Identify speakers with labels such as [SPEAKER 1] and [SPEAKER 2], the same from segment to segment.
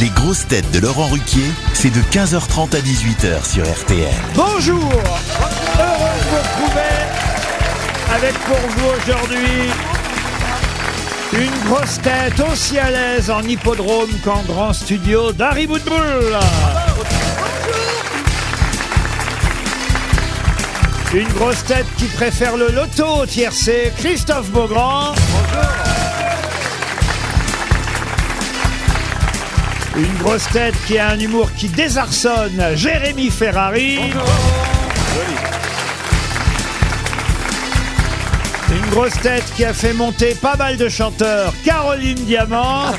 [SPEAKER 1] Les grosses têtes de Laurent Ruquier, c'est de 15h30 à 18h sur RTL.
[SPEAKER 2] Bonjour Heureux de vous retrouver avec pour vous aujourd'hui une grosse tête aussi à l'aise en hippodrome qu'en grand studio d'Harry Boudboul Une grosse tête qui préfère le loto au tiercé, Christophe Beaugrand. Une grosse tête qui a un humour qui désarçonne, Jérémy Ferrari. Une grosse tête qui a fait monter pas mal de chanteurs, Caroline Diamant.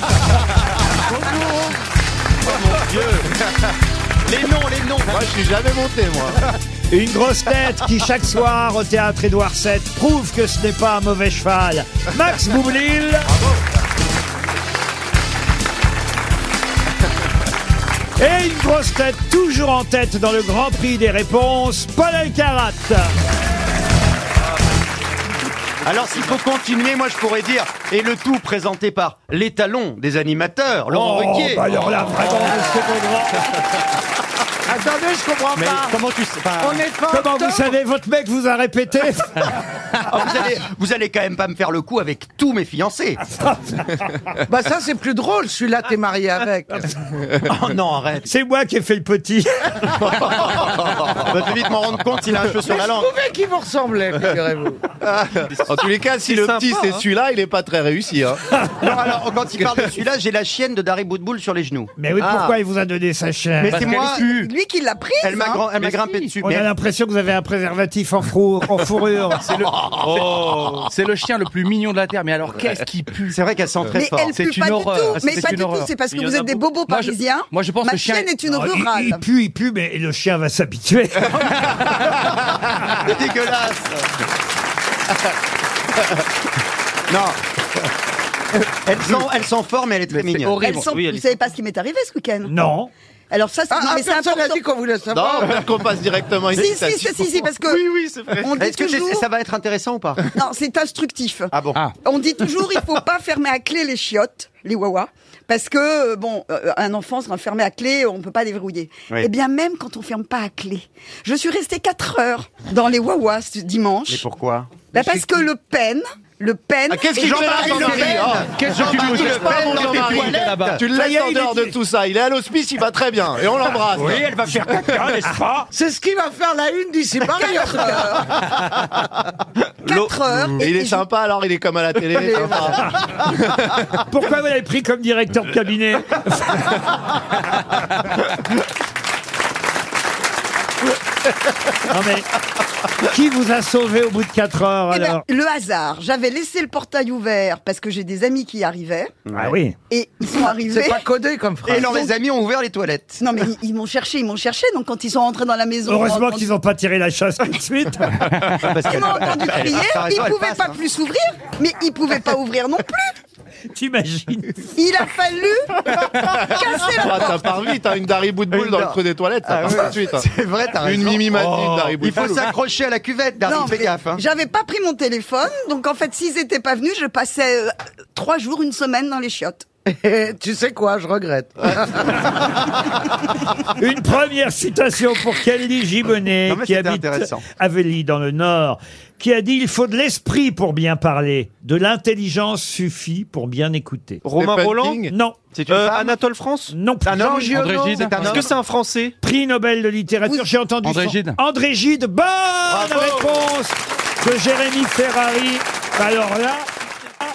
[SPEAKER 3] Les noms, les noms. Moi, je suis jamais monté, moi.
[SPEAKER 2] Une grosse tête qui chaque soir au théâtre Édouard VII prouve que ce n'est pas un mauvais cheval, Max Boublil. Et une grosse tête toujours en tête dans le Grand Prix des réponses, Paul Alcarat.
[SPEAKER 3] Alors, s'il faut continuer, moi, je pourrais dire, et le tout présenté par l'étalon des animateurs,
[SPEAKER 2] Oh,
[SPEAKER 3] Laurent Ruquier.
[SPEAKER 2] bah alors là, vraiment, monsieur Beaugrand,
[SPEAKER 4] Attendez, je comprends
[SPEAKER 3] Mais
[SPEAKER 4] pas.
[SPEAKER 3] comment tu sais enfin,
[SPEAKER 4] On est pas en
[SPEAKER 2] comment vous
[SPEAKER 4] octobre.
[SPEAKER 2] savez, votre mec vous a répété
[SPEAKER 3] ah, vous, allez, vous allez quand même pas me faire le coup avec tous mes fiancés.
[SPEAKER 4] Bah ça c'est plus drôle, celui-là t'es marié avec.
[SPEAKER 3] Oh non, arrête.
[SPEAKER 2] C'est moi qui ai fait le petit.
[SPEAKER 3] Va très vite m'en rendre compte s'il a un cheveu sur
[SPEAKER 4] Mais
[SPEAKER 3] la
[SPEAKER 4] je
[SPEAKER 3] langue.
[SPEAKER 4] trouvais qu'il vous ressemblait, figurez-vous.
[SPEAKER 5] En tous les cas, si le petit c'est celui-là, il est pas très réussi. Hein.
[SPEAKER 3] hein. Non, alors, quand il parle de celui-là, j'ai la chienne de Dari Boudboul sur les genoux.
[SPEAKER 2] Mais oui,
[SPEAKER 3] Ah.
[SPEAKER 2] pourquoi il vous a donné sa chaîne
[SPEAKER 3] Mais c'est moi,
[SPEAKER 4] Lui qui l'a prise.
[SPEAKER 3] elle m'a
[SPEAKER 4] hein.
[SPEAKER 3] grin- elle m'a grimpé dessus.
[SPEAKER 2] On
[SPEAKER 3] Mais
[SPEAKER 2] a l'impression que vous avez un préservatif en, frou- en fourrure.
[SPEAKER 6] C'est le chien le plus mignon de la terre, mais alors qu'est-ce qui pue
[SPEAKER 3] C'est vrai qu'elle sent très
[SPEAKER 7] Mais
[SPEAKER 3] fort.
[SPEAKER 7] elle pue pas du tout. Mais
[SPEAKER 6] c'est
[SPEAKER 7] pas
[SPEAKER 6] une
[SPEAKER 7] du tout.
[SPEAKER 6] horreur.
[SPEAKER 7] C'est parce que
[SPEAKER 6] Il y
[SPEAKER 7] vous
[SPEAKER 6] en a
[SPEAKER 7] êtes des
[SPEAKER 6] beaucoup.
[SPEAKER 7] bobos
[SPEAKER 6] Moi, je-
[SPEAKER 7] parisiens.
[SPEAKER 6] moi, je pense
[SPEAKER 7] Ma
[SPEAKER 6] que le chien-
[SPEAKER 7] chienne est une
[SPEAKER 2] Ah, Il- Il
[SPEAKER 7] rurale.
[SPEAKER 2] pue, il pue, mais le chien va s'habituer.
[SPEAKER 3] C'est dégueulasse. non. Elle sent, elle sent fort, mais elle est très
[SPEAKER 6] C'est
[SPEAKER 3] mignonne.
[SPEAKER 6] horrible.
[SPEAKER 7] Elles sont-
[SPEAKER 6] Oui,
[SPEAKER 7] Vous savez pas ce qui m'est arrivé ce week-end
[SPEAKER 2] non.
[SPEAKER 7] Alors ça, c'est
[SPEAKER 4] Ah,
[SPEAKER 7] non,
[SPEAKER 4] ah,
[SPEAKER 7] mais c'est
[SPEAKER 4] personne n'a
[SPEAKER 7] important.
[SPEAKER 4] dit qu'on voulait savoir.
[SPEAKER 5] Non, peut-être qu'on passe directement ici.
[SPEAKER 7] Si, si, si, si, si, parce que
[SPEAKER 5] Oui, oui, c'est vrai.
[SPEAKER 7] on dit
[SPEAKER 3] Est-ce que c'est-
[SPEAKER 7] toujours.
[SPEAKER 3] ça va être intéressant ou pas
[SPEAKER 7] Non, c'est instructif.
[SPEAKER 3] Ah bon
[SPEAKER 6] Ah.
[SPEAKER 7] On dit toujours, il faut pas fermer à clé les chiottes, les wawa, parce que euh, bon, euh, un enfant sera fermé à clé, on peut pas déverrouiller.
[SPEAKER 3] Oui.
[SPEAKER 7] Et bien même quand on ferme pas à clé, je suis restée 4 heures dans les wawa ce
[SPEAKER 3] Mais
[SPEAKER 7] dimanche,
[SPEAKER 3] pourquoi
[SPEAKER 7] Bah, parce que le pen, le pen.
[SPEAKER 5] Qu'est-ce qu'il fait là,
[SPEAKER 3] Jean-Marie Le Pen
[SPEAKER 6] Qu'est-ce que tu lui
[SPEAKER 5] Jean-Marie
[SPEAKER 6] oses
[SPEAKER 5] Le Pen
[SPEAKER 6] faire
[SPEAKER 5] dans tes
[SPEAKER 6] Jean-Marie
[SPEAKER 5] toilettes.
[SPEAKER 6] là-bas.
[SPEAKER 5] Tu le
[SPEAKER 2] Ça y est,
[SPEAKER 5] laisses en
[SPEAKER 2] il
[SPEAKER 5] dehors
[SPEAKER 2] est-
[SPEAKER 5] de tout ça. Il est à l'hospice, il va très bien. Et on l'embrasse.
[SPEAKER 2] elle va faire caca, n'est-ce pas
[SPEAKER 4] Ah, C'est ce qui va faire la une d'ici Paris.
[SPEAKER 7] Quatre heures. Quatre heures.
[SPEAKER 5] Et il est
[SPEAKER 7] je-
[SPEAKER 5] sympa, alors il est comme à la télé.
[SPEAKER 7] Et
[SPEAKER 5] sympa.
[SPEAKER 2] Pourquoi vous l'avez pris comme directeur de cabinet Non mais, qui vous a sauvé au bout de 4 heures
[SPEAKER 7] Eh ben,
[SPEAKER 2] alors
[SPEAKER 7] le hasard. J'avais laissé le portail ouvert parce que j'ai des amis qui y arrivaient
[SPEAKER 2] Ah oui.
[SPEAKER 7] et ils sont
[SPEAKER 4] C'est
[SPEAKER 7] arrivés.
[SPEAKER 4] pas codé comme
[SPEAKER 3] Et
[SPEAKER 5] Ah,
[SPEAKER 4] phrase.
[SPEAKER 3] non, les amis ont ouvert les toilettes.
[SPEAKER 7] Non mais ils, ils m'ont cherché, ils m'ont cherché. Donc quand ils sont rentrés dans la maison,
[SPEAKER 2] Heureusement
[SPEAKER 7] quand-
[SPEAKER 2] qu'ils n'ont pas tiré la chasse tout de suite.
[SPEAKER 5] Ah,
[SPEAKER 7] ils m'ont entendu
[SPEAKER 3] Elle-
[SPEAKER 7] crier.
[SPEAKER 3] t'as raison,
[SPEAKER 7] Ils
[SPEAKER 3] elle
[SPEAKER 7] pouvaient
[SPEAKER 3] passe,
[SPEAKER 7] pas
[SPEAKER 3] hein.
[SPEAKER 7] plus s'ouvrir, mais ils pouvaient pas ouvrir non plus.
[SPEAKER 2] T'imagines
[SPEAKER 7] Il a fallu casser la
[SPEAKER 5] Ah, ça part vite, hein, une Dari Boudboul dans le creux des toilettes, ça
[SPEAKER 3] Ah
[SPEAKER 5] part tout de suite. hein.
[SPEAKER 3] C'est vrai, t'as raison.
[SPEAKER 5] Une mimimatique
[SPEAKER 4] Oh.
[SPEAKER 5] Dari
[SPEAKER 3] Il faut
[SPEAKER 5] Boudboul.
[SPEAKER 3] s'accrocher à la cuvette, Dari,
[SPEAKER 7] Non,
[SPEAKER 3] fais
[SPEAKER 7] mais
[SPEAKER 3] gaffe. hein.
[SPEAKER 7] J'avais pas pris mon téléphone, donc en fait, s'ils étaient pas venus, je passais euh, trois jours, une semaine dans les chiottes.
[SPEAKER 4] tu sais quoi, je regrette.
[SPEAKER 2] Une première citation pour Kelly Gibonnet,
[SPEAKER 3] Non, mais
[SPEAKER 2] qui
[SPEAKER 3] c'était
[SPEAKER 2] habite
[SPEAKER 3] intéressant.
[SPEAKER 2] Avely dans le Nord, qui a dit Il faut de l'esprit pour bien parler, de l'intelligence suffit pour bien écouter.
[SPEAKER 8] Romain
[SPEAKER 5] Stephen
[SPEAKER 8] Roland
[SPEAKER 5] King.
[SPEAKER 2] Non,
[SPEAKER 8] C'est une femme Euh, Anatole France
[SPEAKER 2] non.
[SPEAKER 8] Un homme
[SPEAKER 6] André Gide.
[SPEAKER 8] C'est un Est-ce que c'est un Français
[SPEAKER 2] Prix Nobel de littérature,
[SPEAKER 7] Vous-
[SPEAKER 2] j'ai entendu
[SPEAKER 6] André
[SPEAKER 2] son-
[SPEAKER 6] Gide.
[SPEAKER 2] André Gide, bonne réponse de Jérémy Ferrari. Alors là,